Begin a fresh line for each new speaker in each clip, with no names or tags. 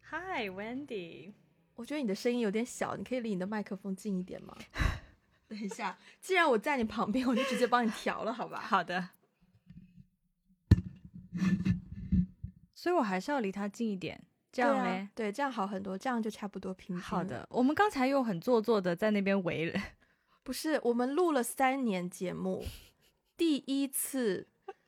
嗨，Wendy，
我觉得你的声音有点小，你可以离你的麦克风近一点吗？ 等一下，既然我在你旁边，我就直接帮你调了，好吧？
好的。所以我还是要离它近一点，这样
对啊
嘞。
对，这样好很多，这样就差不多平均。
好，的，我们刚才又很做作的在那边围了，
不是我们录了三年节目，第一次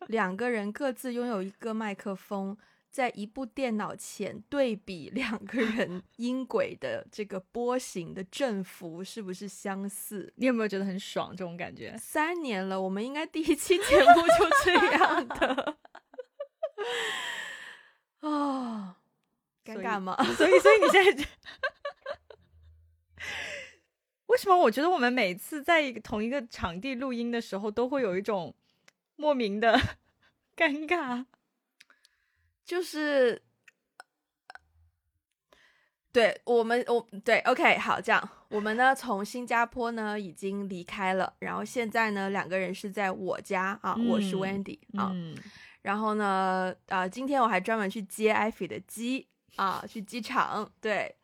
两个人各自拥有一个麦克风，在一部电脑前对比两个人音轨的这个波形的振幅是不是相似。
你有没有觉得很爽这种感 觉？
三年了，我们应该第一期节目就这样 的啊、尴
所以
尬吗？
所以，所以你现在就 为什么我觉得我们每次在一个同一个场地录音的时候，都会有一种莫名的 尴尬？
就是，对我们，我对，OK，好，这样，我们呢从新加坡呢已经离开了，然后现在呢两个人是在我家啊，我是
嗯
Wendy 啊，
嗯，
然后呢，啊，今天我还专门去接艾菲的机啊，去机场，对，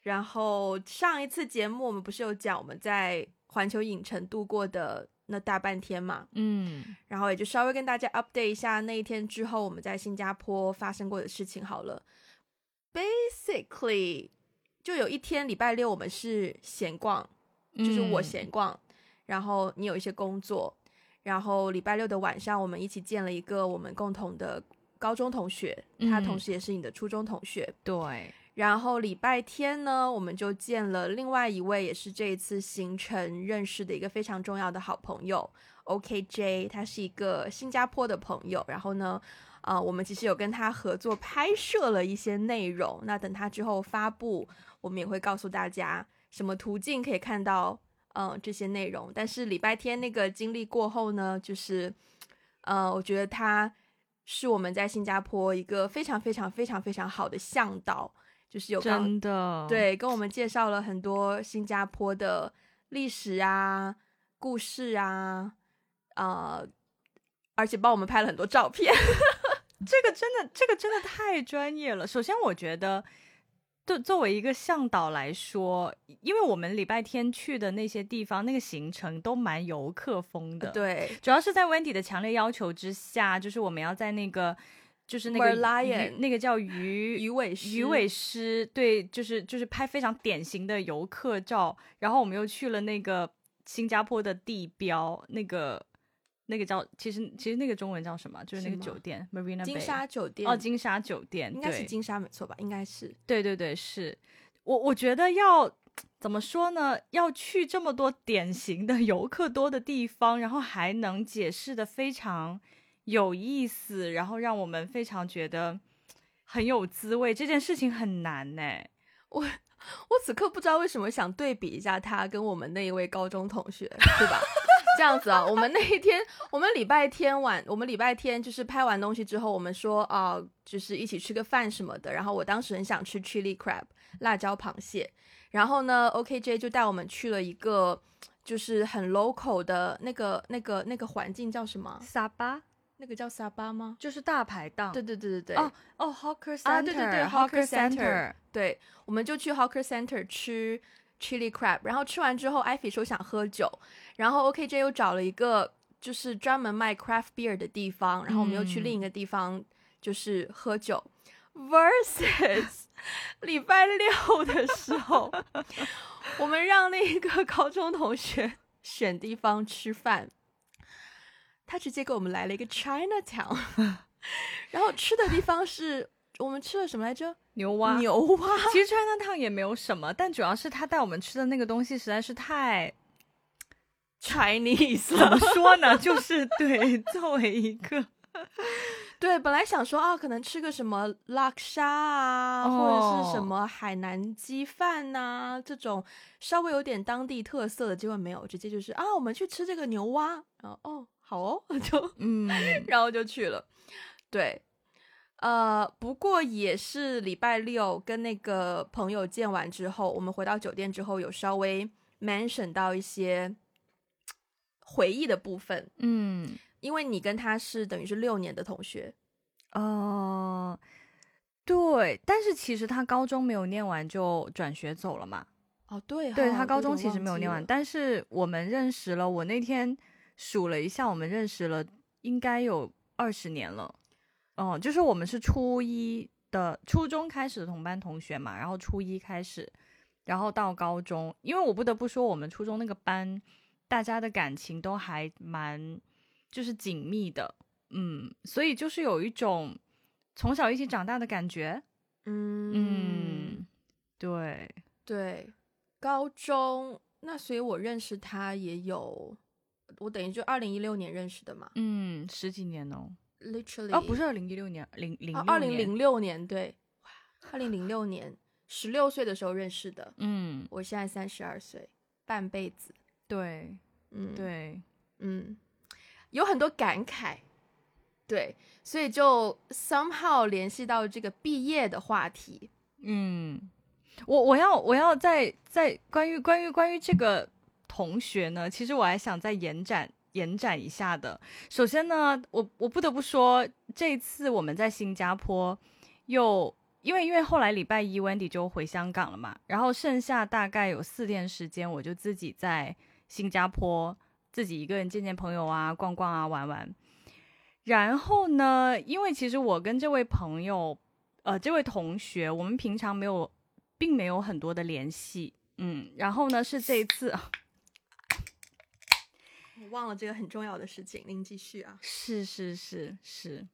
然后上一次节目我们不是有讲我们在环球影城度过的那大半天嘛，
嗯，
然后也就稍微跟大家 update 一下那一天之后我们在新加坡发生过的事情好了。Basically，就有一天礼拜六我们是闲逛，就是我闲逛，然后你有一些工作，然后礼拜六的晚上我们一起见了一个我们共同的高中同学，他
嗯
同时也是你的初中同学，
对，
然后礼拜天呢，我们就见了另外一位，也是这一次行程认识的一个非常重要的好朋友，OKJ，他是一个新加坡的朋友。然后呢，啊、我们其实有跟他合作拍摄了一些内容。那等他之后发布，我们也会告诉大家什么途径可以看到，嗯、这些内容。但是礼拜天那个经历过后呢，就是，呃，我觉得他是我们在新加坡一个非常非常非常非常好的向导。就是有刚
真的，，
对，跟我们介绍了很多新加坡的历史啊、故事啊，呃，而且帮我们拍了很多照片。
这个真的，这个真的太专业了。首先，我觉得。对，作为一个向导来说，因为我们礼拜天去的那些地方，那个行程都蛮游客风的。
对，
主要是在 Wendy 的强烈要求之下，就是我们要在那个，就是那个
Merlion
鱼那个叫鱼
鱼尾狮
鱼尾狮，对，就是就是拍非常典型的游客照。然后我们又去了那个新加坡的地标，那个那个叫，其实其实那个中文叫什么？就是那个
什么
酒店 Marina Bay
金沙酒店
哦，金沙酒店，
应该是
对
金沙没错吧？应该是
对对对，是我我觉得要怎么说呢？要去这么多典型的游客多的地方，然后还能解释的非常有意思，然后让我们非常觉得很有滋味，这件事情很难呢、
我此刻不知道为什么想对比一下他跟我们那一位高中同学，对吧？ 这样子啊，我们那一天，我们礼拜天晚，我们礼拜天就是拍完东西之后，我们说啊、就是一起吃个饭什么的。然后我当时很想吃 chili crab 辣椒螃蟹，然后呢，OKJ 就带我们去了一个就是很 local 的那个那个那个环境叫什么？
沙巴
那个叫沙巴吗？
就是大排档，
对对对对对，
哦哦，hawker center，
啊对对对 hawker
center，
center 对，我们就去 Hawker Center 吃 Chili Crab，然后吃完之后，艾菲说想喝酒，然后 OKJ 又找了一个就是专门卖 craft beer 的地方，然后我们又去
嗯
另一个地方就是喝酒。versus 礼拜六的时候，我们让那个高中同学选地方吃饭，他直接给我们来了一个 Chinatown，然后吃的地方是我们吃了什么来着？
牛蛙。
牛蛙。
其实川那烫也没有什么，但主要是他带我们吃的那个东西实在是太
Chinese
怎么说呢？ 就是对，作为一个
对，本来想说啊，可能吃个什么拉沙啊或者是什么海南鸡饭呐、这种稍微有点当地特色的，结果没有，直接就是啊，我们去吃这个牛蛙，然后哦，好哦， 就
嗯，
然后就去了。对，呃，不过也是礼拜六跟那个朋友见完之后，我们回到酒店之后，有稍微 mention 到一些回忆的部分，
嗯，
因为你跟他是等于是六年的同学，
哦，对，但是其实他高中没有念完就转学走了嘛。
哦，对哈，
对他
我
高
有
中
点
其实
忘
没有
记
念完，
了
但是我们认识了。我那天数了一下，我们认识了应该有二十年了。嗯，就是我们是初一的初中开始的同班同学嘛，然后初一开始，然后到高中，因为我不得不说，我们初中那个班大家的感情都还蛮就是紧密的，嗯，所以就是有一种从小一起长大的感觉。
嗯
嗯，对，
对，高中那所以我认识他也有，我等于就二零一六年认识的嘛
嗯，十几年哦。
，literally
哦，不是二零一六年，零零
啊，二零，零六年对，二零零六年十六岁的时候认识的，
嗯，
我现在三十二岁，半辈子，
对
嗯，，
对，
嗯，有很多感慨，对，所以就 somehow 联系到这个毕业的话题，
嗯，我我要我要再再关于关于关于这个同学呢，其实我还想再延展延展一下的。首先呢，我我不得不说，这次我们在新加坡又。因为因为后来礼拜一 Wendy 就回香港了嘛，然后剩下大概有四天时间，我就自己在新加坡自己一个人见见朋友啊，逛逛啊，玩玩。然后呢，因为其实我跟这位朋友，呃，这位同学，我们平常没有，并没有很多的联系，嗯，然后呢是这一次，
我忘了这个很重要的事情，您继续啊，
是是是是，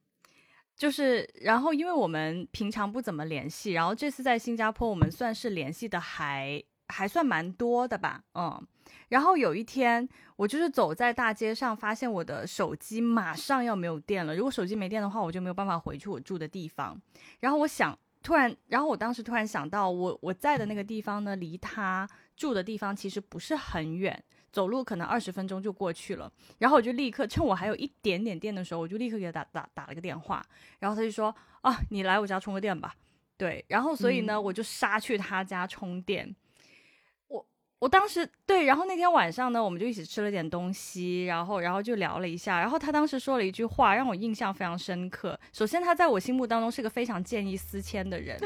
就是然后因为我们平常不怎么联系，然后这次在新加坡我们算是联系的还还算蛮多的吧，嗯。然后有一天，我就是走在大街上，发现我的手机马上要没有电了。如果手机没电的话，我就没有办法回去我住的地方。然后我想，突然，然后我当时突然想到我，我在的那个地方呢，离他住的地方其实不是很远，走路可能二十分钟就过去了。然后我就立刻趁我还有一点点电的时候，我就立刻给他打打打了个电话，然后他就说啊，你来我家充个电吧。对，然后所以呢，
嗯
我就杀去他家充电。我我当时对，然后那天晚上呢，我们就一起吃了点东西，然后然后就聊了一下，然后他当时说了一句话让我印象非常深刻。首先，他在我心目当中是个非常见异思迁的人，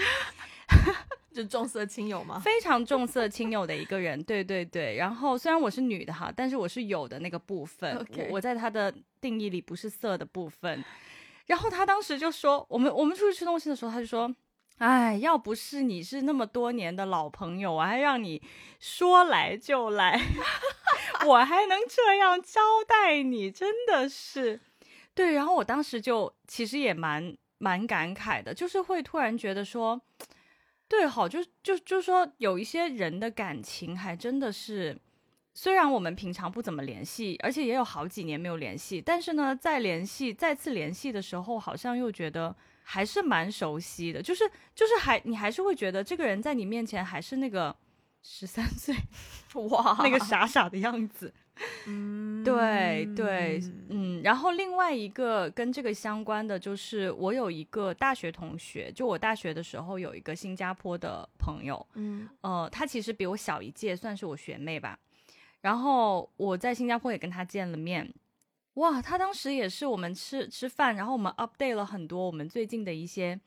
就重色轻友吗？
非常重色轻友的一个人，对对对。然后虽然我是女的哈，但是我是有的那个部分
OK
我我在他的定义里不是色的部分。然后他当时就说，我们我们出去吃东西的时候，他就说。哎，要不是你是那么多年的老朋友，我还让你说来就来， 我还能这样招待你，真的是。对，然后我当时就其实也蛮蛮感慨的，就是会突然觉得说，对，好，就就就说有一些人的感情还真的是，虽然我们平常不怎么联系，而且也有好几年没有联系，但是呢，再联系再次联系的时候，好像又觉得还是蛮熟悉的，就是就是还你还是会觉得这个人在你面前还是那个十三岁
哇
那个傻傻的样子，
嗯
对对，嗯，然后另外一个跟这个相关的就是，我有一个大学同学，就我大学的时候有一个新加坡的朋友，
嗯
呃，她其实比我小一届，算是我学妹吧。然后我在新加坡也跟她见了面，哇，她当时也是我们吃吃饭，然后我们 update 了很多我们最近的一些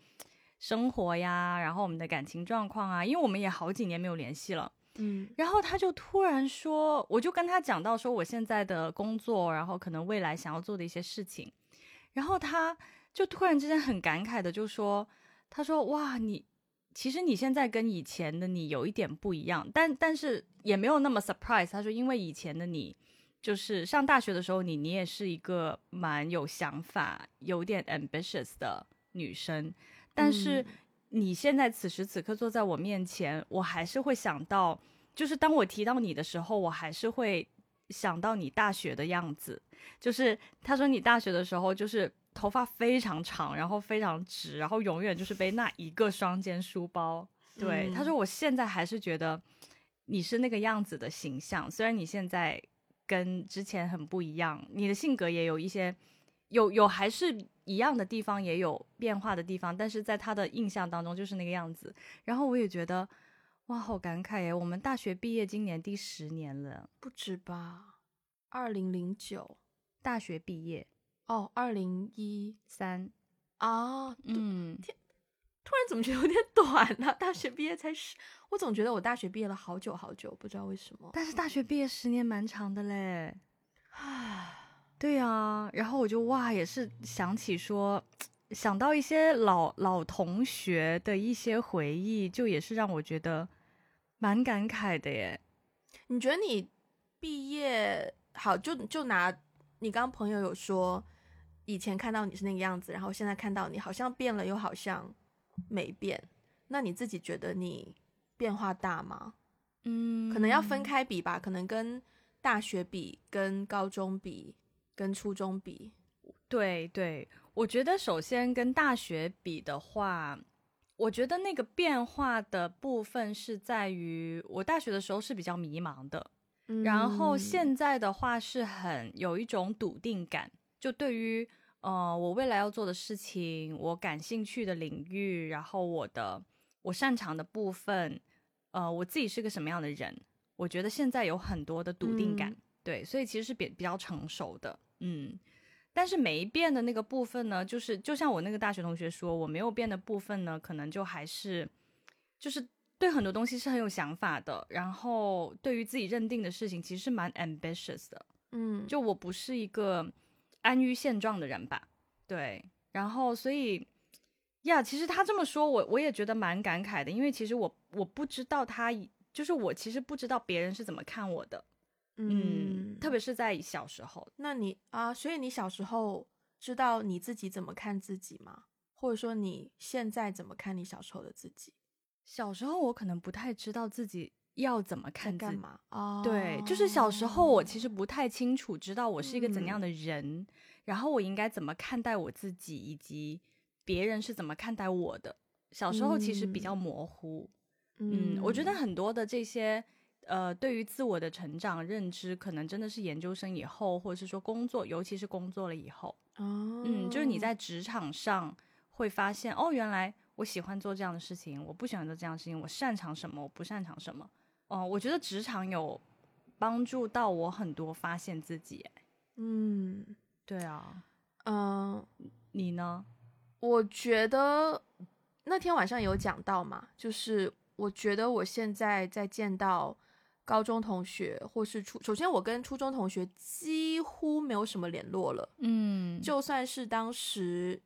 生活呀，然后我们的感情状况啊，因为我们也好几年没有联系了。
嗯
然后他就突然说，我就跟他讲到说我现在的工作，然后可能未来想要做的一些事情，然后他就突然之间很感慨的就说，他说哇，你其实你现在跟以前的你有一点不一样，但但是也没有那么 surprise。他说因为以前的你。就是上大学的时候你，你也是一个蛮有想法、有点 ambitious 的女生，但是
嗯
你现在此时此刻坐在我面前，我还是会想到，就是当我提到你的时候，我还是会想到你大学的样子。就是他说你大学的时候，就是头发非常长，然后非常直，然后永远就是背那一个双肩书包。对，
嗯
他说我现在还是觉得你是那个样子的形象，虽然你现在跟之前很不一样，你的性格也有一些有有还是一样的地方，也有变化的地方，但是在他的印象当中就是那个样子。然后我也觉得。哇，好感慨耶！我们大学毕业今年第十年了，
不止吧，二零零九
大学毕业
哦，二零一
三，
啊，对
嗯，
突然怎么觉得有点短呢、大学毕业才十，我总觉得我大学毕业了好久好久，不知道为什么。
但是大学毕业十年蛮长的嘞。
唉，
对啊，然后我就哇，也是想起说，想到一些老老同学的一些回忆，就也是让我觉得蛮感慨的耶。
你觉得你毕业好就就拿你刚刚朋友有说，以前看到你是那个样子，然后现在看到你好像变了，又好像没变。那你自己觉得你变化大吗？
嗯
可能要分。开比吧，可能跟大学比、跟高中比、跟初中比，
对对，我觉得首先跟大学比的话，我觉得那个变化的部分是在于我大学的时候是比较迷茫的，然后
嗯
现在的话是很有一种笃定感，就对于呃我未来要做的事情，我感兴趣的领域，然后我的我擅长的部分，呃我自己是个什么样的人，我觉得现在有很多的笃定感，
嗯
对，所以其实是比比较成熟的，嗯。但是没变的那个部分呢，就是就像我那个大学同学说，我没有变的部分呢，可能就还是就是对很多东西是很有想法的，然后对于自己认定的事情其实是蛮 ambitious 的。
嗯，
就我不是一个安于现状的人吧，对。然后所以呀，其实他这么说，我我也觉得蛮感慨的，因为其实我我不知道他以，就是我其实不知道别人是怎么看我的，嗯，特别是在小时候，
那你啊，所以你小时候知道你自己怎么看自己吗？或者说你现在怎么看你小时候的自己？
小时候我可能不太知道自己要怎么
在
看自
干
己。
嘛？哦，
对，就是小时候我其
实
实不太清楚，知道我是一个怎样的人，然后我应该怎么看待我自己，以及别人是怎么看待我的。小时候其实比较模糊，嗯，我觉得很多的这些呃，对于自我的成长认知，可能真的是研究生以后，或者是说工作，尤其是工作了以后，
哦，
嗯，就是你在职场上会发现，哦，原来我喜欢做这样的事情，我不喜欢做这样的事情，我擅长什么，我不擅长什么。哦、我觉得职场有帮助到我很多，发现自己。哎
嗯
对啊，
嗯、
你呢？
我觉得那天晚上有讲到嘛，就是我觉得我现在在见到高中同学或是初，首先我跟初中同学几乎没有什么联络了。
嗯
就算是当时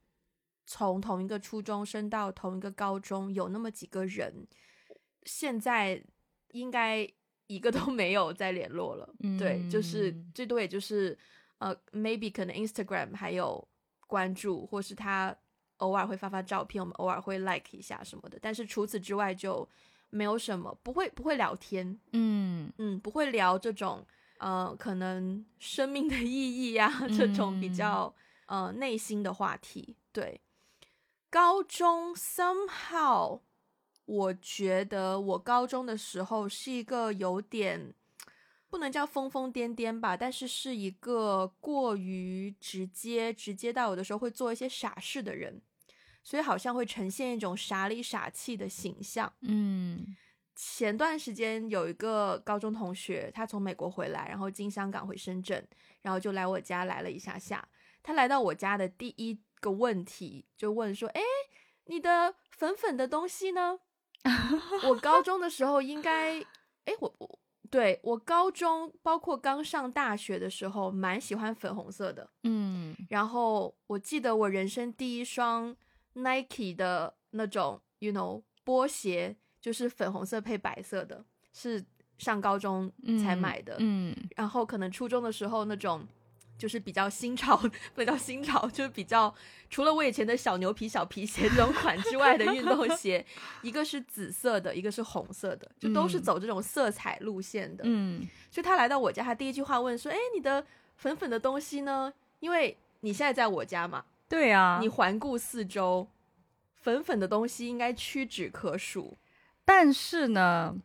从同一个初中升到同一个高中，有那么几个人，现在应该一个都没有再联络了。对，就是
嗯
最多也就是呃，maybe 可能 Instagram 还有关注，或是他偶尔会发发照片，我们偶尔会 like 一下什么的。但是除此之外就没有什么，不会不会聊天，
嗯，
嗯，不会聊这种呃，可能生命的意义啊，这种比
嗯
较呃内心的话题。对，高中 somehow，我觉得我高中的时候是一个有点不能叫疯疯癫癫吧，但是是一个过于直接，直接到有的时候会做一些傻事的人，所以好像会呈现一种傻里傻气的形象。
嗯
前段时间有一个高中同学，他从美国回来，然后经香港回深圳，然后就来我家来了一下下。他来到我家的第一个问题就问说：“哎，你的粉粉的东西呢？”我高中的时候应该，哎，我我对我高中包括刚上大学的时候，蛮喜欢粉红色的。
嗯
然后我记得我人生第一双 Nike 的那种，you know，波鞋，就是粉红色配白色的，是上高中才买的。
嗯
然后可能初中的时候那种，就是比较新潮，不能叫新潮，就是比较除了我以前的小牛皮、小皮鞋这种款之外的运动鞋，一个是紫色的，一个是红色的，就都是
嗯
走这种色彩路线的。
嗯
所以他来到我家，他第一句话问说：“哎，你的粉粉的东西呢？因为你现在在我家嘛，
对啊
你。环顾四周，粉粉的东西应该屈指可数。
但是呢，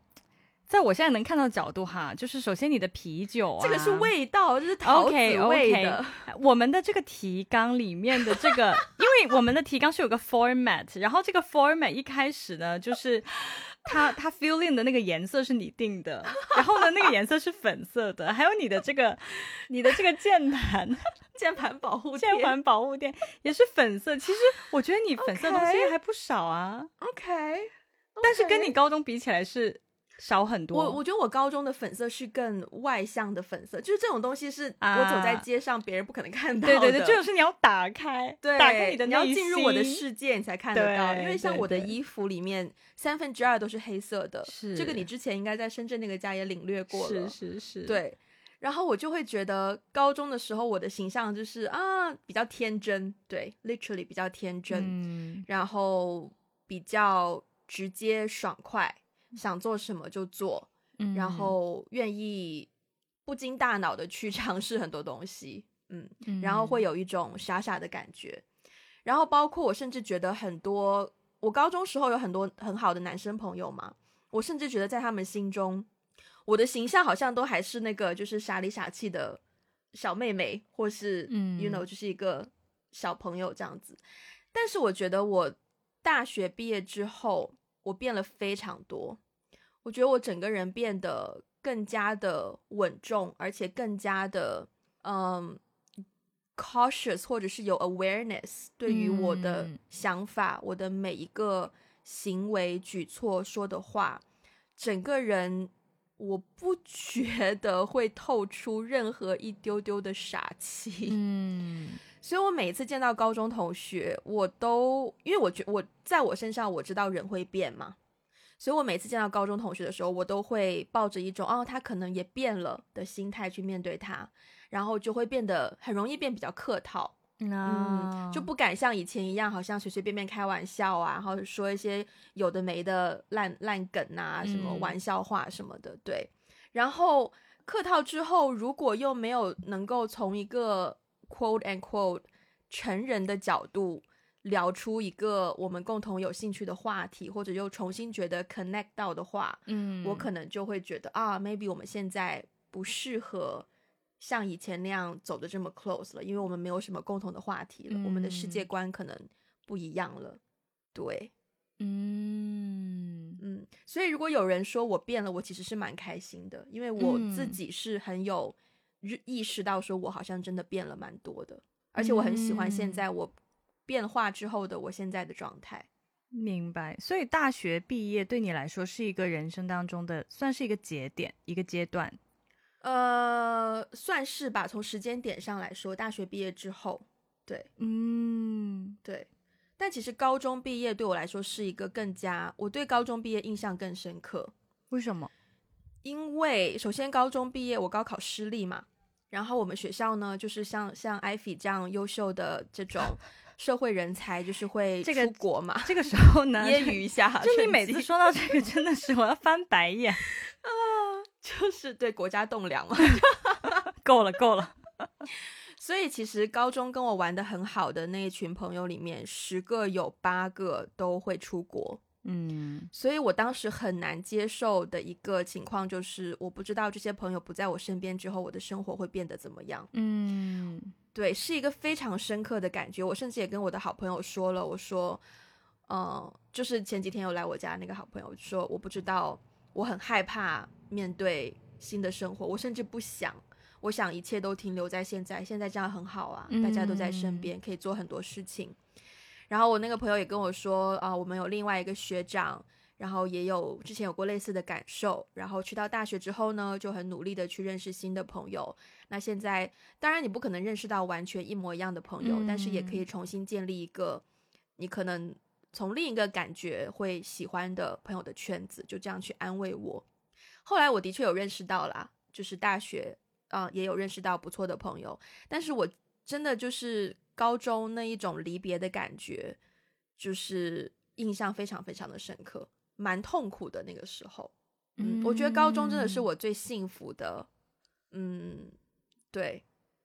在我现在能看到的角度哈，就是首先你的啤酒、啊，
这个是味道，这是桃子
OK，OK
味的。
我们的这个提纲里面的这 个，因为我们的提纲是有个 format，然后这个 format 一开始呢，就是它它 filling 的那个颜色是你定的，然后呢，那个颜色是粉色的，还有你的这个你的这个键 盘
键盘保护
键盘保护垫也是粉色。其实我觉得你粉色的东西
OK
还不少啊
OK，
但是跟你高中比起来是少很多。
我我觉得我高中的粉色是更外向的粉色，就是这种东西是
啊
我走在街上别人不可能看到的。
对对对，这种是你要打开，
对
打开的
你要
内心，
进入我的世界，你才看得到。
对
因为像
对
我的
对
衣服里面三分之二都是黑色的，
是
这个你之前应该在深圳那个家也领略过了
是。是是，，
对，然后我就会觉得高中的时候我的形象就是啊比较天真，对，literally 比较天真。
嗯，
然后比较直接爽快，想做什么就做，
嗯
然后愿意不经大脑的去 尝试很多东西，嗯，然后会
有
有一种傻傻的感觉。然后包括我甚至觉得很多，我高中时候有很多很好的男生朋友嘛，我甚至觉得在他们心中，我的形象好像都还是那个就是傻里傻气的小妹妹，或是
嗯
you know 就是一个小朋友这样子。但是我觉得我大学毕业之后，我变了非常多。我觉得我整个人变得更加的稳重，而且更加的嗯 cautious，或者是有 awareness 对于我的
嗯
想法、我的每一个行为举措、说的话，整个人我不觉得会透出任何一丢丢的傻气。
嗯
所以我每次见到高中同学，我都因为我觉我在我身上我知道人会变嘛，所以我每次见到高中同学的时候，我都会抱着一种哦他可能也变了的心态去面对他，然后就会变得很容易变比较客套，嗯，
那
就不敢像以前一样，好像随随便便开玩笑啊，然后说一些有的没的烂烂梗啊，什么
嗯
玩笑话什么的，对。然后客套之后，如果又没有能够从一个 quote and quote 成人的角度聊出一个我们共同有兴趣的话题，或者又重新觉得 connect 到的话，
嗯，
我可能就会觉得啊，maybe 我们现在不适合像以前那样走的这么 close 了，因为我们没有什么共同的话题了，我们的世界
嗯
观可能不一样了。对，
嗯
嗯，所以如果有人说我变了，我其实是蛮开心的，因为我自
嗯
己是很有日意识到，说我好像真的变了蛮多的，而且我很喜欢现
嗯
在我变化之后的我现在的状态。
明白。所以大学毕业对你来说是一个人生当中的，算是一个节点，一个阶段。
呃，算是吧，从时间点上来说，大学毕业之后，对，
嗯，
对，但其实高中毕业对我来说是一个更加，我对高中毕业印象更深刻，
为什么？
因为首先高中毕业我高考失利嘛，然后我们学校呢就是像像艾菲这样优秀的这 种社会人才，就是会
这个
出国嘛，
这个时候呢，
揶揄一下，
就你
趁
每
机
次说到这个，真的是我要翻白眼。
就是对国家栋梁嘛，
够了，够了。
所以其实高中跟我玩的很好的那一群朋友里面，十个有八个都会出国，
嗯
所以我当时很难接受的一个情况就是，我不知道这些朋友不在我身边之后，我的生活会变得怎么样。
嗯
对，是一个非常深刻的感觉。我甚至也跟我的好朋友说了，我说，嗯，就是前几天有来我家那个好朋友说，我不知道，我很害怕面对新的生活，我甚至不想，我想一切都停留在现在，现在这样很好啊，大家都在身
嗯
边，可以做很多事情。然后我那个朋友也跟我说，啊、我们有另外一个学长。然后也有之前有过类似的感受，然后去到大学之后呢，就很努力的去认识新的朋友。那现在当然你不可能认识到完全一模一样的朋友，但是也可以重新建立一个你可能从另一个感觉会喜欢的朋友的圈子，就这样去安慰我。后来我的确有认识到啦，就是大学啊、呃也有认识到不错的朋友，但是我真的就是高中那一种离别的感觉，就是印象非常非常的深刻，蛮痛苦的那个时候。嗯，我觉得高中真的是我最幸福的，嗯，对，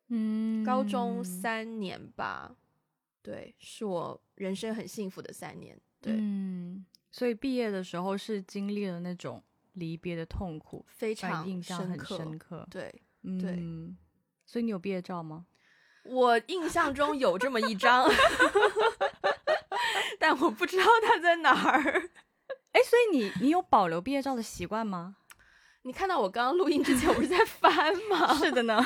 嗯
高中三年吧，对，是我人生很幸福的三年。对，
嗯，所以毕业的时候是经历了那种离别的痛苦，
非
让
常
你印象
深
很
刻。
深刻。
对对
嗯，所以你有毕业照吗？
我印象中有这么一张，但我不知道它在哪儿。
哎，所以你你有保留毕业照的习惯吗？
你看到我刚刚录音之前，我不是在翻 吗？
是的 呢，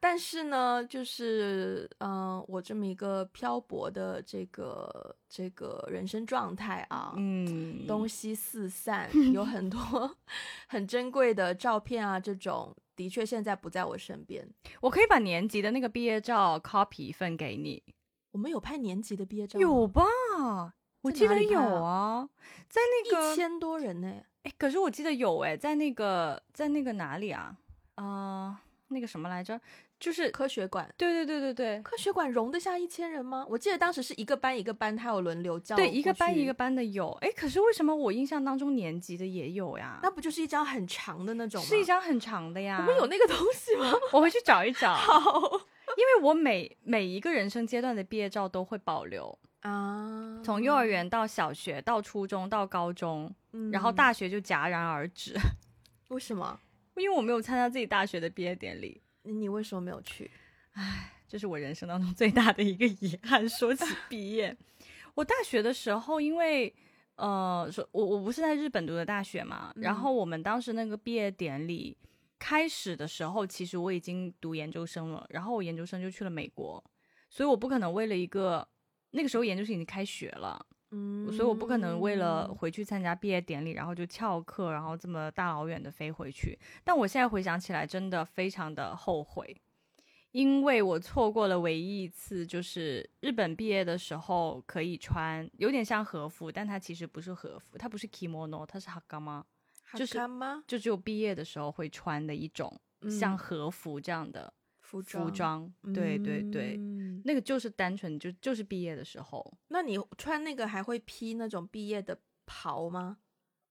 但是呢，就是嗯、呃我这么一个漂泊的这个这个人生状态啊，
嗯，
东西四散，有很多很珍贵的照片啊，这种的确现在不在我身边。
我可以把年级的那个毕业照 copy 一份给你，
我们有拍年级的毕业照吗，
有吧？我
在
记
哪
得
里拍
有
啊
啊，在那
一
个
千多人呢、
哎，可是我记得有哎，在那个在那个哪里啊？啊、那个什么来着？就是
科学馆。
对对对对对
科学馆容得下一千人吗？我记得当时是一个班一个班，它有轮流叫。
对，一个班一个，班的有哎，可是为什么我印象当中年级的也有呀？
那不就是一张很长的那种吗？
是一张很长的呀。
我们有，那个东西 吗？
我回去找一找，
好
因为我每每一个人生阶段的毕业照都会保留，
啊，
从幼儿园到小学到初中到高中，
嗯，
然后大学就戛然而止，
为什么？
因为我没有参加自己大学的毕业典礼。
你为什么没有去？
这是我人生当中最大的一个遗憾。说起毕业，我大学的时候，因为呃，说我我不是在日本读的大学嘛，
嗯
然后我们当时那个毕业典礼开始的时候，其实我已经读研究生了，然后我研究生就去了美国，所以我不可能为了一个那个时候研究生已经开学了，
嗯
所以我不可能为了回去参加毕业典礼，然后就翘课，然后这么大老远的飞回去。但我现在回想起来，真的非常的后悔，因为我错过了唯一一次，就是日本毕业的时候可以穿，有点像和服，但它其实不是和服，它不是 kimono，它是 hakama，就是
哈卡吗？
就只有毕业的时候会穿的一种
嗯
像和服这样的
服装，
服装。对对对。
嗯
那个就是单纯就就是毕业的时候，
那你穿那个还会披那种毕业的袍吗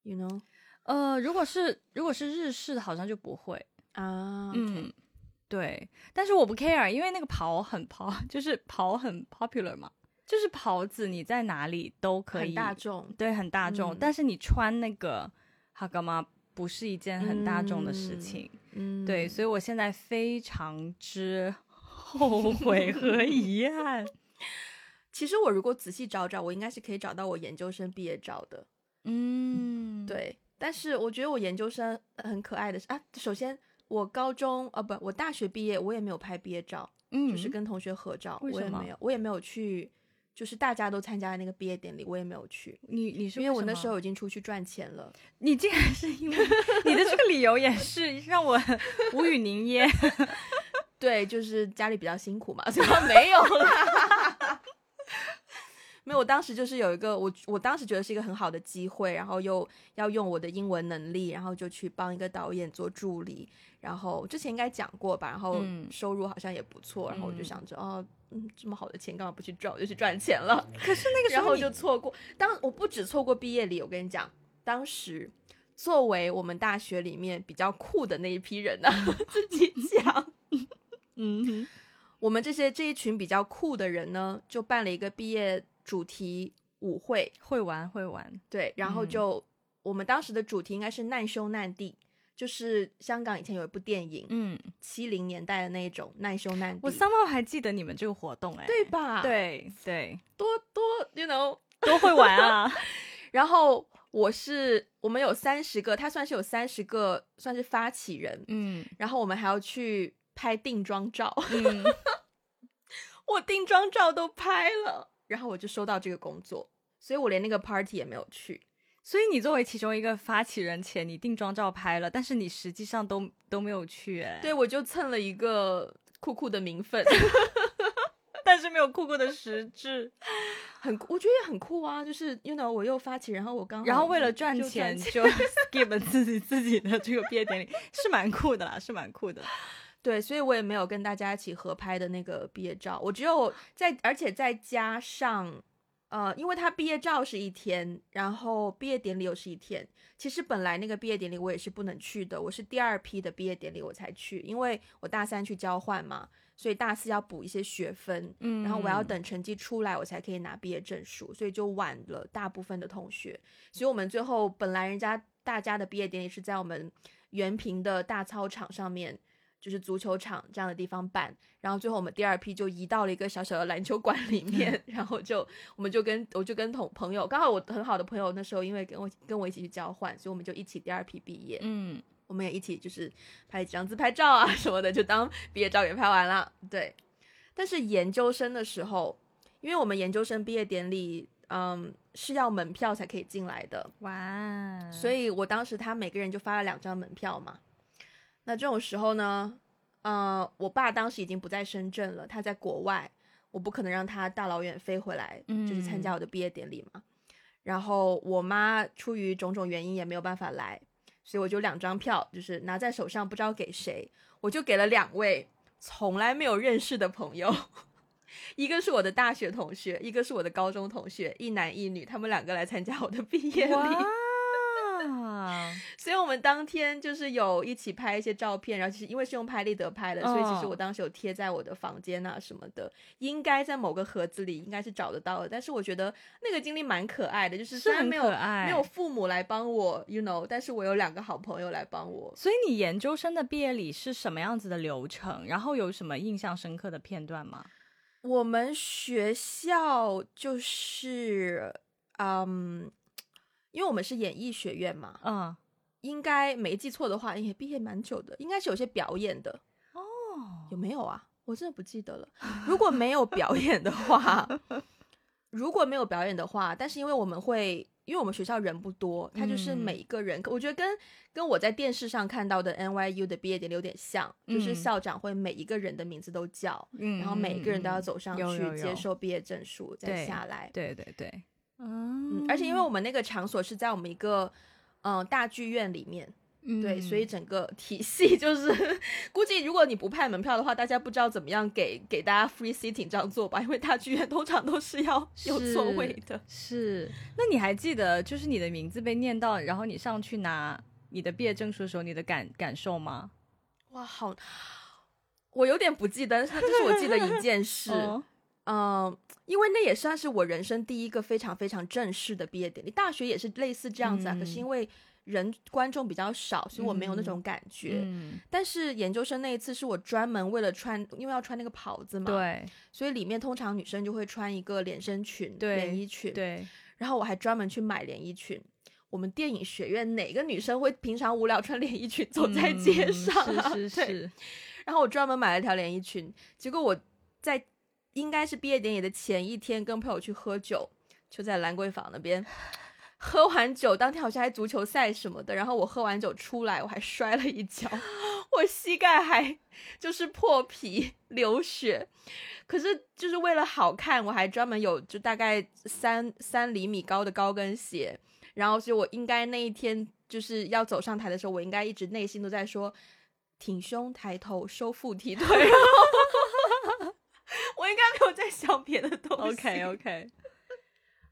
？You know
呃，如果是如果是日式的，好像就不会，
啊，
嗯，对，但是我不 care，因为那个袍很袍， 就是袍很 popular 嘛，就是袍子你在哪里都可以，
很大众，
对，很大众。
嗯
但是你穿那个哈干嘛不是一件很大众的事
嗯
情，
嗯，
对，所以我现在非常之 后悔和 遗憾。
其实我如果仔细找找，我应该是可以找到我研究生毕业照的。
嗯，，
对，但是我觉得我研究生很可爱的是啊，首先我高中啊不，我大学毕业我也没有拍毕业照，
嗯，
就是跟同学合照，
为
我
什
也
么
没有，我也没有去，就是大家都参加的那个毕业典礼，我也没有去，
你你是
因为我
什
那
么
时候已经出去赚钱 了。
你竟然是因为你的这个理由也是让我无语凝 噎。
对，就是家里比较辛苦嘛，所以我没有啦。 没有，我当时就是有一个我，我当时觉得是一个很好的机会，然后又要用我的英文能力，然后就去帮一个导演做助理，然后之前应该讲过吧，然后
嗯
收入好像也不错，然后我就
嗯
想着，哦，嗯，这么好的钱干嘛不去赚，我就去赚钱了，
可是那个时
然
候
后
你
就错过。当我不止错过毕业礼，我跟你讲，当时作为我们大学里面比较酷的那一批人呢、 自己讲。
嗯哼。
我们这些这一群比较酷的人呢，就办了一个毕业主题舞会，
会玩会玩，
对，然后
嗯
就、我们当时的主题应该是难兄难弟，就是香港以前有一部电影，
嗯，
七零、年代的那一种难兄难弟，
我三号还记得你们这个活动哎、
对吧？，
对对，
多多，you know，
都会玩 啊，
然后我是我们有三十个，他算是有三十个算是发起人，
嗯
然后我们还要去拍定妆照，
嗯，
我定妆照都拍了，然后我就收到这个工作，所以我连那个 party 也没有去。
所以你作为其中一个发起人前，你定妆照拍了，但是你实际上都都没有去哎、
对，我就蹭了一个酷酷的名分，
但是没有酷酷的实质，
很酷我觉得也很酷啊，就是 you know 我又发起，然后我刚好
然后为了赚
就
钱
钱
就 skip 了自己 自己的这个毕业典礼，是蛮酷的啦，是蛮酷的，
对，所以我也没有跟大家一起合拍的那个毕业照，我只有在，而且再加上。呃，因为他毕业照是一天，然后毕业典礼又是一天。其实本来那个毕业典礼我也是不能去的，我是第二批的毕业典礼我才去，因为我大三去交换嘛，所以大四要补一些学分，
嗯
然后我要等成绩出来，我才可以拿毕业证书，所以就晚了大部分的同学。所以我们最后本来人家大家的毕业典礼是在我们原平的大操场上面就是足球场这样的地方办。然后最后我们第二批就移到了一个小小的篮球馆里面，然后就我们就跟我就跟同朋友，刚好我很好的朋友那时候因为跟我跟我一起去交换，所以我们就一起第二批毕业，
嗯，
我们也一起就是拍几张自拍照啊什么的， 就当毕业照给拍完了。对，但是研究生的时候，因为我们研究生毕业典礼，嗯，是要门票才可以进来的，
哇，
所以我当时他每个人就发了两张门票嘛。那这种时候呢，呃，我爸当时已经不在深圳了，他在国外，我不可能让他大老远飞回来，就是参加我的毕业典礼嘛。然后我妈出于种种原因也没有办法来，所以我就两张票，就是拿在手上，不知道给谁，我就给了两位从来没有认识的朋友。 一个是我的大学同学，一个是我的高中同学，一男一女，他们两个来参加我的毕业礼。
哇，
所以我们当天就是有一起拍一些照片，然后其实因为是用拍立得拍的，所以其实
哦
我当时有贴在我的房间啊什么的，应该在某个盒子里应该是找得到的。但是我觉得那个经历蛮可爱的，就是虽
是
然
很
没有
可爱，
没有父母来帮我，you know，但是我有两个好朋友来帮我。
所以你研究生的毕业礼是什么样子的流程？然后有什么印象深刻的片段吗？
我们学校就是，嗯，因为我们是演艺学院嘛，
嗯，
应该没记错的话，也毕业蛮久的，应该是有些表演的。
哦，
有没有啊？我真的不记 得了。如果没有表演的话，如果没有表演的话，但是因为我们会，因为我们学校人不多，他就是
嗯
每一个人，我觉得跟跟我在电视上看到的 NYU 的毕业典礼有点像，就是
嗯
校长会每一个人的名字都叫，
嗯
然后每一个人都要
嗯
走上
有有
去接
有
受毕业证书，再
对
下来
嗯。对对对，
嗯
嗯，
而且因为我们那个场所是在我们一个嗯、呃大剧院里面，
嗯
对，所以整个体系 就是，估计如果你不派门票的话，大家不知道怎么样给给大家 free sitting 这样做吧，因为大剧院通常都是要有座位的。
是，那你还记得就是你的名字被念到，然后你上去拿你的毕业证书的时候，你的感感受吗？
哇，好，我有点不记得，但是我记 得一件事，嗯、
哦
因为那也算是我人生第一个非常非常正式的毕业典礼，大学也是类似这样子啊，可是
嗯
因为人观众比较少，所以我没有那种感觉。
嗯，
但是研究生那一次是我专门为了穿，因为要穿那个袍子嘛，。
对
所以里面通常女生就会穿一个连身裙、
对
连衣裙。
对，
然后我还专门去买连衣裙。我们电影学院哪个女生会平常无聊穿连衣裙走在街
嗯
上啊？
是是
对
是，
然后我专门买了条连衣裙，结果我在应该是毕业典礼的前一天跟朋友去喝酒，就在兰桂坊那边。喝完酒，当天好像还足球赛什么的，然后我喝完酒出来，我还摔了一跤， 我膝盖还就是破皮流血。可是就是为了好看，我还专门有就大概三三厘米高的高跟鞋，然后所以我应该那一天就是要走上台的时候，我应该一直内心都在说挺胸抬头收腹提腿，然后 我应该没有在想别的东西。
OK OK，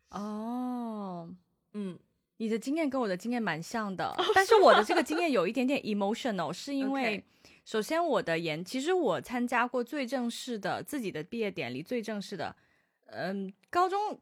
哦。
嗯，
你的经验跟我的经验蛮像的，但是我的这个经验有一点点 emotional，是因为
哦 OK
首先我的研，其实我参加过最正式的自己的毕业典礼，最正式的，嗯，高中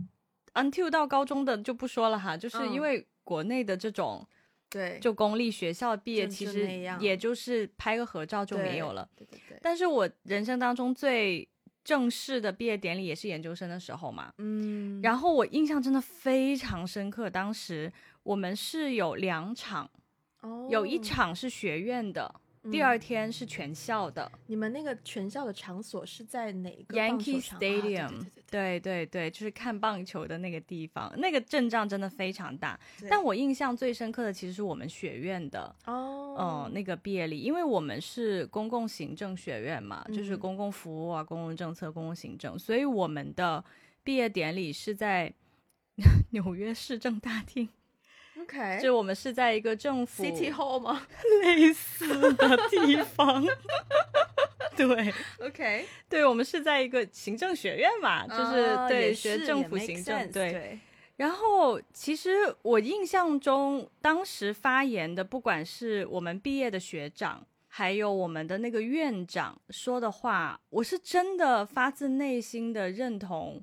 until 到高中的就不说了哈，就是因
嗯
为国内的这种
对，
就公立学校毕业，
就
其
就
实
那样
也就是拍个合照就没有了。
对对对，
但是我人生当中最正式的毕业典礼也是研究生的时候嘛，
嗯，后
然后我印象真的非常深刻，当时我们是有两场，
哦
有一场是学院的，第
嗯
二天是全校的、
你们那个全校的场所是在哪个
Yankee
棒球场啊对
Stadium，、
对对对
对对对，就是看棒球的那个地方，那个阵仗真的非常大。
对
但我印象最深刻的其实是我们学院的，嗯、
哦，
那个毕业礼，因为我们是公共行政学院嘛，就是
嗯
公共服务啊、公共政策、公共行政，所以我们的毕业典礼是在 纽约市政大厅。
OK，
嗯就我们是在一个政府
哎 City Hall 吗
类似的地 方，对
？OK，
对，我们是在一个行政学院嘛， 就是、
啊
对
也
学
是
政
也
府
make
行政
sense，
对。
对，
然后其实我印象中，当时发言的不管是我们毕业的学长。还有我们的那个院长说的话，我是真的发自内心的认同，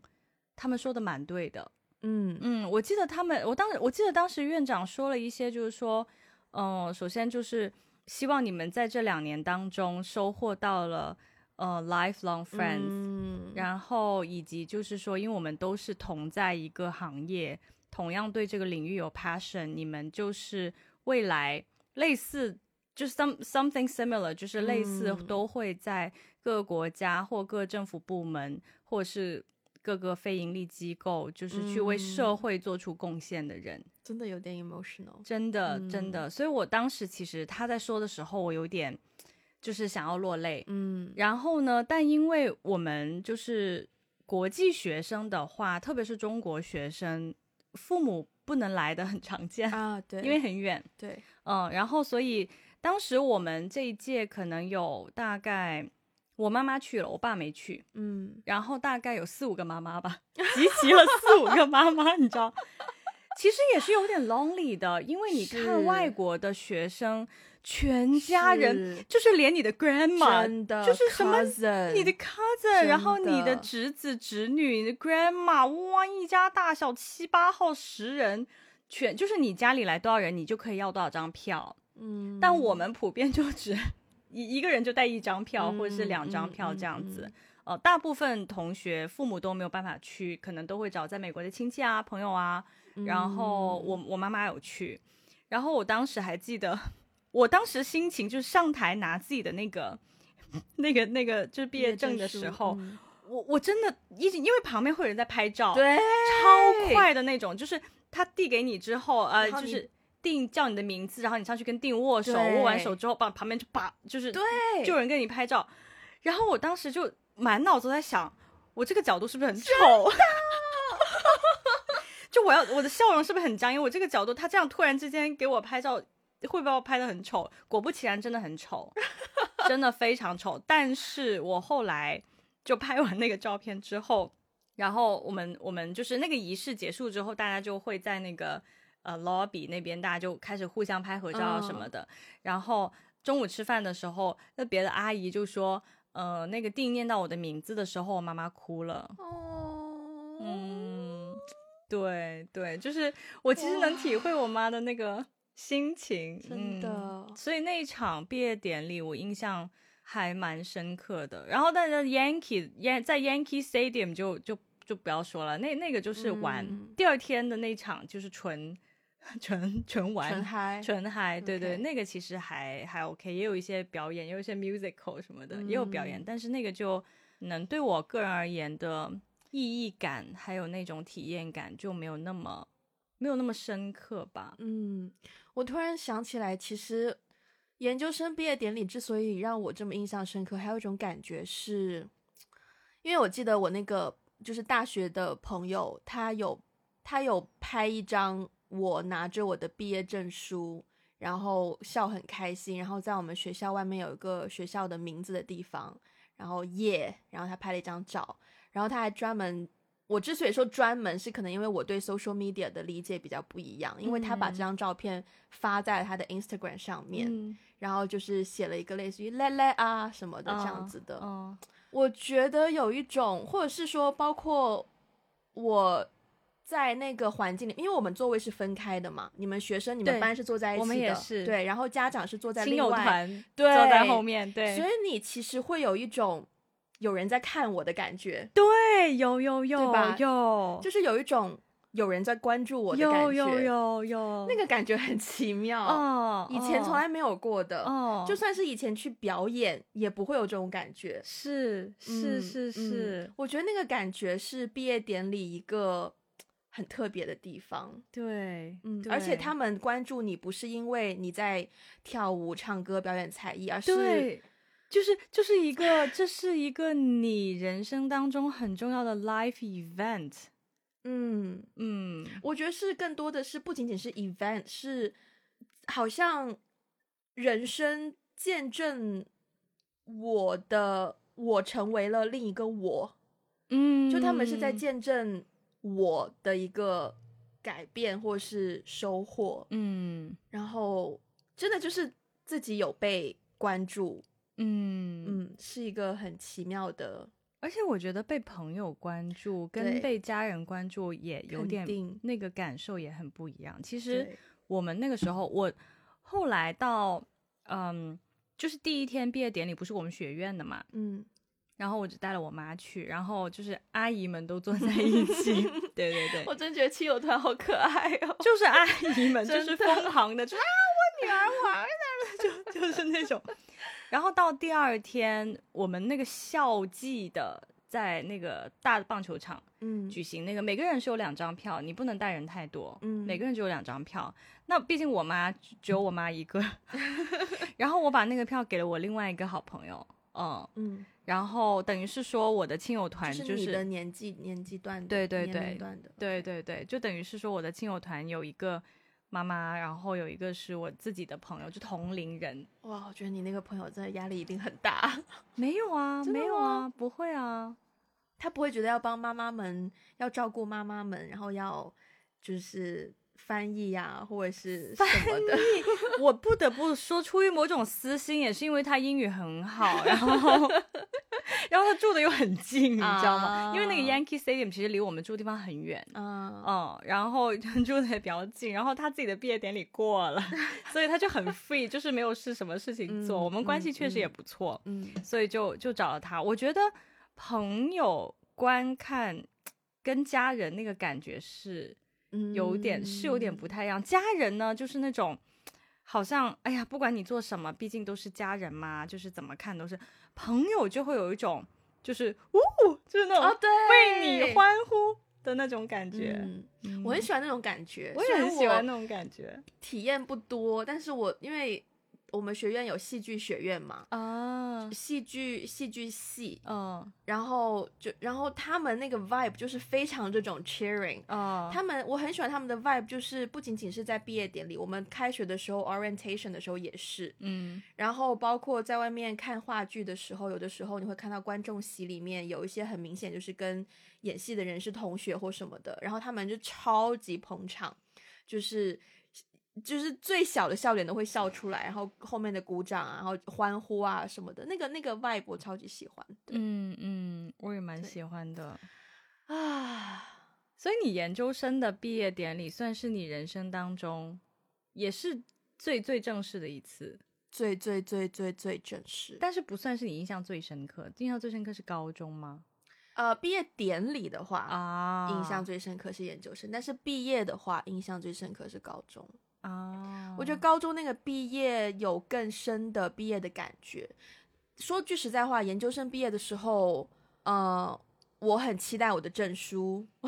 他们说的蛮对的。
嗯
嗯，我呃记得他们，我当时我记得当时院长说了一些，就是说，嗯、首先就是希望你们在这两年当中收获到了呃 lifelong friends，、
嗯，
然后以及就是说，因为我们都是同在一个行业，同样对这个领域有 passion，你们就是未来类似，就是 some something similar，就是类似
嗯
都会在各个国家或各政府部门，或者是各个非盈利机构，就是去为社
嗯
会做出贡献的人。
真的有点 emotional。
真的，真
嗯
的。所以我当时其实他在说的时候，我有点就是想要落泪。
嗯
然后呢，但因为我们就是国际学生的话，特别是中国学生，父母不能来的很常见，
啊，对，
因为很远。
对，
嗯，然后所以当时我们这一届可能有大概。我妈妈去了，我爸没去，
嗯
然后大概有四五个妈妈吧，集齐了四五个妈妈，你知道，其实也是有点 lonely 的，因为你
是
看外国的学生，全家人
是
就是连你的 grandma
真的
就是什么
cousin
你的 cousin，
真
然后你的
的
侄子侄女，你的 grandma，哇，一家大小七八号十人，全就是你家里来多少人，你就可以要多少张票。
嗯，
但我们普遍就只一一个人就带一张票，或者是
嗯
两张
嗯
票
嗯
这样子。
嗯
呃，大部分同学父母都没有办法去，可能都会找在美国的亲戚啊、朋友啊。
嗯
然后我我妈妈有去，然后我当时还记得，我当时心情就是上台拿自己的那个、那个、那个就是毕业证的时候，
嗯
我我真的一直因为旁边会有人在拍照，，
对，
超快的那种，就是他递给你之后，呃，
然后
就
你
是定叫你的名字，然后你上去跟定握手，
对
握完手之后，把旁边就把就是
对，
就有人跟你拍照，然后我当时就满脑子在想，我这个角度是不是很丑？就我要我的笑容是不是很僵硬？我这个角度，他这样突然之间给我拍照，会不会把我拍的很丑？果不其然，真的很丑， 真的非常丑。但是我后来就拍完那个照片之后，然后我们我们就是那个仪式结束之后，大家就会在那个呃 lobby 那边，大家就开始互相拍合照啊什么的。然后中午吃饭的时候，那别的阿姨就说，呃，那个定念到我的名字的时候，我妈妈哭了。
哦，
嗯，对对，就是我其实能体会我妈的那个心情，
真的
嗯所以那一场毕业典礼，我印象还蛮深刻的。然后但是 Yankee Yan 在 Yankee Stadium 就就就不要说了，那那个就是玩、
嗯
第二天的那场就是纯 纯纯玩
纯嗨，
纯嗨，对对
OK
那个其实还还 OK，也有一些表演，也有一些 musical 什么的，也有表演，
嗯
但是那个就能对我个人而言的意义感，还有那种体验感就没有那么没有那么深刻吧。
嗯，我突然想起来，其实研究生毕业典礼之所以让我这么印象深刻，还有一种感觉是，因为我记得我那个就是大学的朋友，他有他有拍一张我拿着我的毕业证书，然后笑很开心，然后在我们学校外面有一个学校的名字的地方，然后耶，然后他拍了一张照，然后他还专门。我之所以说专门，是可能因为我对 social media 的理解比较不一样，因为他把
嗯
这张照片发在了他的 Instagram 上面，
嗯
然后就是写了一个类似于“赖赖啊”什么的这样
嗯
子的。
嗯
我觉得有一种，或者是说，包括我在那个环境里，因为我们座位是分开的嘛，你们学生、你们
对
班是坐在一起的，
我们也是
对，然后家长是坐在
亲
另
友
外，
团
对，
坐在后，面，
所
对
以你其实会有一种有人在看我的感觉，
对，有有有
对吧
有
就是有一种有人在关注我的感
有
觉，
有有有
那个感觉很奇妙，
哦，
以前从来没有过的。
哦，
就是算是以前去表演，也不会有这种感觉。
是是
嗯
是
嗯
是，
我觉得那个感觉是毕业典礼一个很特别的地方。
对，
嗯，而且
对
他们关注你不是因为你在跳舞、唱歌、表演才艺，而是
对，就是就是一个，这是一个你人生当中很重要的 life event。
嗯，
嗯，
我觉得是更多的是不仅仅是 event，是好像人生见证我的我成为了另一个我，
嗯，
就他们是在见证我的一个改变或是收获，
嗯
然后真的就是自己有被关注，
嗯嗯，
嗯，是一个很奇妙的
而且我觉得被朋友关注
对
跟被家人关注也有
肯
点
定
那个感受也很不一样。其实
对
我们那个时候，我后来到嗯，就是第一天毕业典礼不是我们学院的嘛，
嗯，
然后我就带了我妈去，然后就是阿姨们都坐在一 起，对对对，
我真觉得亲友团好可爱哦。
就是阿姨们，就
真
是
的
疯狂的，就是啊，我女儿，我儿子，啊就 就是那种。然后到第二天，我们那个校际的在那个大的棒球场
嗯
举行那个，每个人是有两张票，你不能带人太多，
嗯
每个人只有两张票。那毕竟我妈只有我妈一 个，然后我把那个票给了我另外一个好朋友，嗯，
嗯，
然后等于是说我的亲友团
就是
就
你
是
的年纪年纪段的，
对对
年龄
对
段的，
对对对，就等于是说我的亲友团有一个妈妈，然后有一个是我自己的朋友，就同龄人。
哇，我觉得你那个朋友真的压力一定很大，
没有啊，
真的
没有啊，不会啊，
他不会觉得要帮妈妈们，要照顾妈妈们，然后要就是翻译呀、或者是什么的，
我不得不说，出于某种私心，也是因为他英语很好，然 后。然后他住的又很近，你知道吗？因为那个
啊
Yankee Stadium 其实离我们住的地方很远，
嗯，
嗯，然后住的也比较近，然后他自己的毕业典礼过了， 所以他就很 free，就是没有事什么事情做。
嗯
我们关系
嗯
确实也
嗯
不错，
嗯
所以就就找了他。我觉得朋友观看跟家人那个感觉是
嗯，
有点、是有点不太一样。家人呢，就是那种好像哎呀，不管你做什么，毕竟都是家人嘛，就是怎么看都是朋友，就会有一种就是呜，就是那
哦
种，
对，
为你欢呼的那种感觉。
嗯
嗯
我很喜欢那种感觉，
我
虽
也
然
很喜欢那种感觉
体验不多，但是我因为我们学院有戏剧学院嘛，
啊，
戏剧戏剧系，
嗯
然后就然后他们那个 vibe 就是非常这种 cheering。
嗯，
他们我很喜欢他们的 vibe，就是不仅仅是在毕业典礼，我们开学的时候 orientation 的时候也是，
嗯
然后包括在外面看话剧的时候，有的时候你会看到观众席里面有一些很明显就是跟演戏的人是同学或什么的，然后他们就超级捧场，就是就是最小的笑点都会笑出来，然后后面的鼓掌啊，然后欢呼啊什么的，那个那个 vibe 我超级喜欢。对
嗯嗯，我也蛮
对
喜欢的。
啊，
所以你研究生的毕业典礼算是你人生当中也是最最正式的一次，
最最最最最正式。
但是不算是你印象最深刻。印象最深刻是高中吗？
呃，毕业典礼的话，
啊
印象最深刻是研究生，但是毕业的话，印象最深刻是高中。
啊，
我觉得高中那个毕业有更深的毕业的感觉。说句实在话，研究生毕业的时候，呃，我很期待我的证书，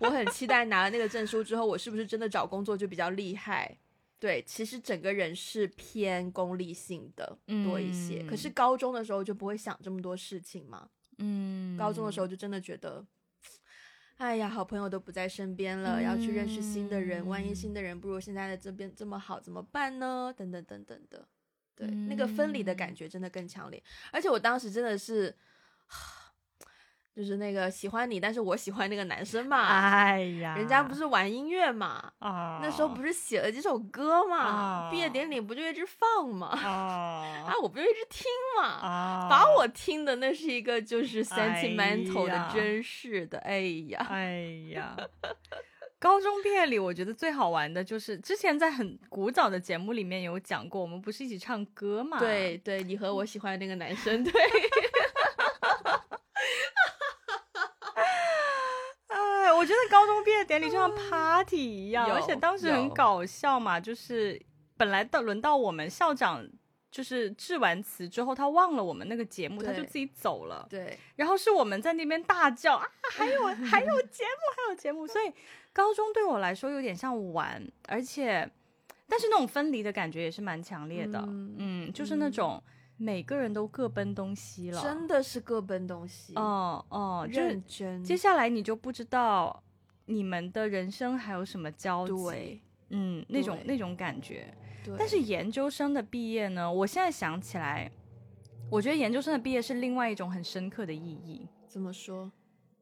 我很期待拿了那个证书之后，我是不是真的找工作就比较厉害？对，其实整个人是偏功利性的多一些。可是
嗯
高中的时候就不会想这么多事情嘛，
嗯，
高中的时候就真的觉得，哎呀，好朋友都不在身边了，要去认识新的人，万
嗯
一新的人不如现在的这边这么好，怎么办呢？等等等等的，对，那个分离的
嗯
感觉真的更强烈。而且我当时真的是， 就是那个喜欢你，但是我喜欢那个男生嘛，
哎呀，
人家不是玩音乐嘛。
啊，
那时候不是写了几首歌嘛？
啊
毕业典礼不就一直放嘛？啊，
啊
我不就一直听嘛？
啊，
把我听的那是一个就是 sentimental
呀
的，真是的，哎呀，
哎呀。高中毕业礼，我觉得最好玩的就是之前在很古早的节目里面有讲过，我们不是一起唱歌嘛？
对对，你和我喜欢的那个男生，对，
哎，我觉得高中毕业典礼就像 party 一样，而且
嗯有
当时很
有
搞笑嘛，就是本来到轮到我们校长。就是致完词之后，他忘了我们那个节目，他就
对
自己走了。
对，
然后是我们在那边大叫啊，还有还 有节目，还有节目。所以高中对我来说有点像玩，而且但是那种分离的感觉也是蛮强烈的。嗯
嗯
就是那种每个人都各奔东西了。
真的是各奔东西，
哦哦，就是
认真，
接下来你就不知道你们的人生还有什么交集，
对
嗯，那种
对
那种感觉。
对，
但是研究生的毕业呢，我现在想起来，我觉得研究生的毕业是另外一种很深刻的意义，
怎么说？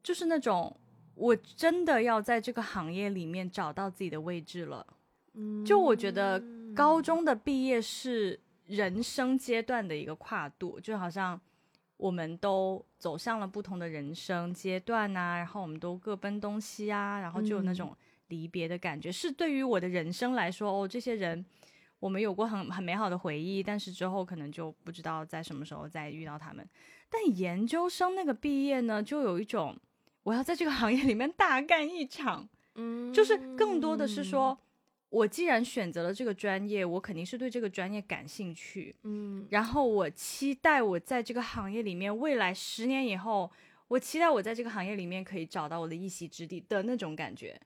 就是那种我真的要在这个行业里面找到自己的位置了。
嗯，
就我觉得高中的毕业是人生阶段的一个跨度，就好像我们都走向了不同的人生阶段呐、然后我们都各奔东西啊，然后就有那
嗯
种离别的感觉。是对于我的人生来说，哦，这些人我们有过很很美好的回忆，但是之后可能就不知道在什么时候再遇到他们。但研究生那个毕业呢，就有一种我要在这个行业里面大干一场，
嗯，
就是更多的是说，我既然选择了这个专业，我肯定是对这个专业感兴趣，
嗯，
然后我期待我在这个行业里面未来十年以后。我期待我在这个行业里面可以找到我的一席之地的那种感觉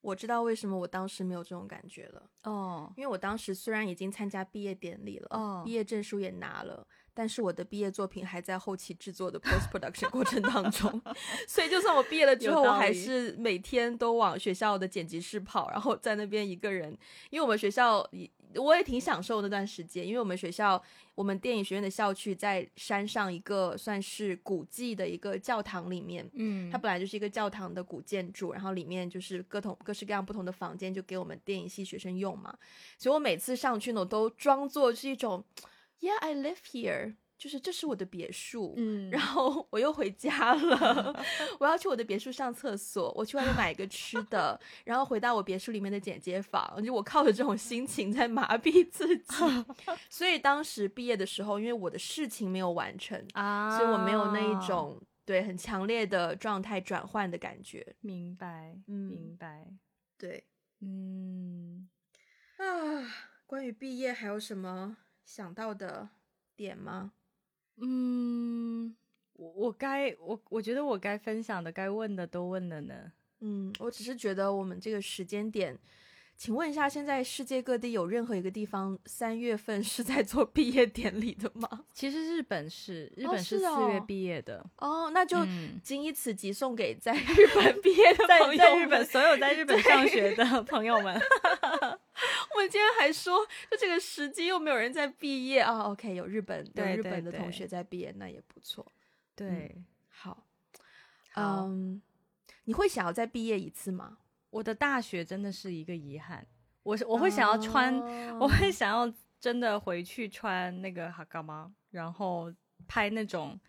我知道为什么我当时没有这种感觉了，
哦，
因为我当时虽然已经参加毕业典礼了，
哦
毕业证书也拿了。但是我的毕业作品还在后期制作的 post production 过程当 中，所以就算我毕业了之
有
后，我
道理
还是每天都往学校的剪辑室跑，然后在那边一个人，因为我们学校也我也挺享受那段时间，因为我们学校我们电影学院的校区在山上一个算是古迹的一个教堂里面，
嗯，
它本来就是一个教堂的古建筑，然后里面就是各种各式各样不同的房间，就给我们电影系学生用嘛。所以我每次上去呢，我都装作是一种，Yeah, I live here，就是这是我的别墅。
嗯，
然后我又回家了，我要去我的别墅上厕所，我去外面买一个吃的，然后回到我别墅里面的剪接房，就我靠着这种心情在麻痹自己。 所以当时毕业的时候，因为我的事情没有完成，
啊，
所以我没有那一种对很强烈的状态转换的感觉。
明白，
嗯
明白，
对
嗯，
啊，关于毕业还有什么想到的点吗？
嗯，我我该我我觉得我该分享的、该问的都问了呢。
嗯，我只是觉得我们这个时间点，请问一下，现在世界各地有任何一个地方三月份是在做毕业典礼的吗？
其实日本是日
哦
本
是
四月
哦
毕业的，
哦，那就
嗯
谨以此集送给在 日本毕业的朋
在
友
在日
们
本所有在日本上学的朋友们，
我们今天还说，就这个时机又没有人在毕业啊。OK，有日本有
对
日
对
本的
对
同学在毕业，那也不错。
对，呃
好，
好
嗯，你会想要再毕业一次吗？
我的大学真的是一个遗憾，我是我会想要穿，我
哦
会想要真的回去穿那个哈嘎吗，然后拍那种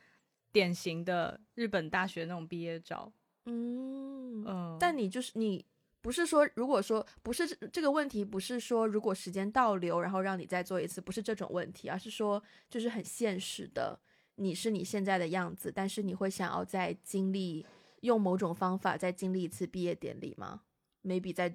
典型的日本大学那种毕业照。
嗯，
嗯，
但你就是你。不是说，如果说不是这这个问题，不是说如果时间倒流，然后让你再做一次，不是这种问题，而是说就是很现实的，你是你现在的样子，但是你会想要再经历，用某种方法再经历一次毕业典礼吗？maybe 再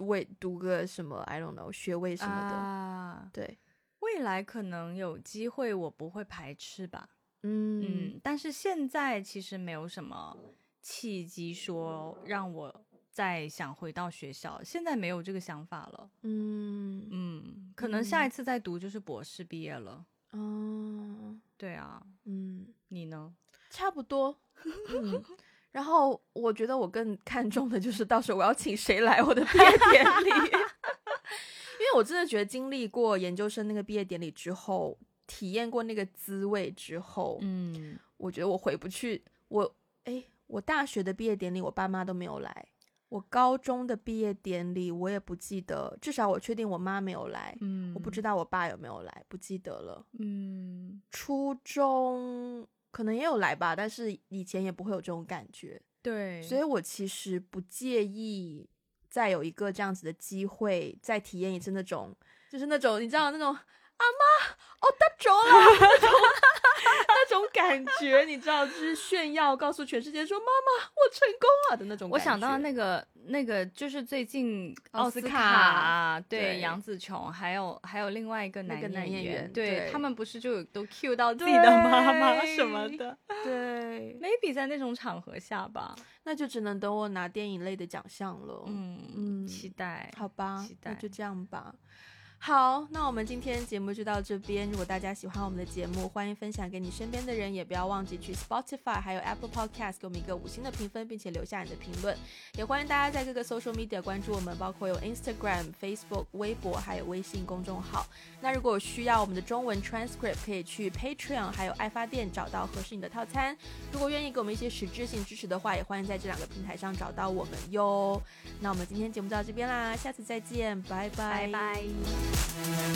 为读个什么 I don't know 学位什么的，
啊，
对，
未来可能有机会，我不会排斥吧。
嗯
嗯，但是现在其实没有什么契机说让我再想回到学校，现在没有这个想法了。
嗯
嗯，可能下
嗯
一次再读就是博士毕业了。
哦，
对啊，
嗯，
你 呢？
差不 多。嗯，然后我觉得我更看重的就是到时候我要请谁来我 的毕业典礼，因为我真的觉得经历过研究生那个毕业典礼之后，体验过那个滋味之后，
嗯，
我觉得我回不去。我哎，我大学的毕业典礼我爸妈都没有来。我高中的毕业典礼我也不记得，至少我确定我妈没有来，
嗯
我不知道我爸有没有来，不记得了。
嗯
初中可能也有来吧，但是以前也不会有这种感觉，
对，
所以我其实不介意再有一个这样子的机会，再体验一次那种，就是那种你知道那种阿妈哦大着了那种那种感觉，你知道，就是炫耀，告诉全世界说妈妈我成功了的那种
我
感觉。
想到那个那个，就是最近
奥
奥
斯
斯
卡
对
对
杨紫琼，还有还有另外一个
那
男
个男演
演
员
对
对
他们不是就有都 cue 到自己的妈妈什么的
对，
，maybe 在那种场合下吧，
那就只能等我拿电影类的奖项了。
嗯
嗯
期待，
好吧
期，
那
待
就这样吧。好，那我们今天节目就到这边。如果大家喜欢我们的节目，欢迎分享给你身边的人，也不要忘记去 Spotify 还有 Apple Podcast 给我们一个五星的评分，并且留下你的评论。也欢迎大家在各个 social media 关注我们，包括有 Instagram、Facebook、微博还有微信公众号。那如果有需要我们的中文 transcript，可以去 Patreon 还有爱发电找到合适你的套餐。如果愿意给我们一些实质性支持的话，也欢迎在这两个平台上找到我们哟。那我们今天节目就到这边啦，下次再见，拜拜，
拜拜。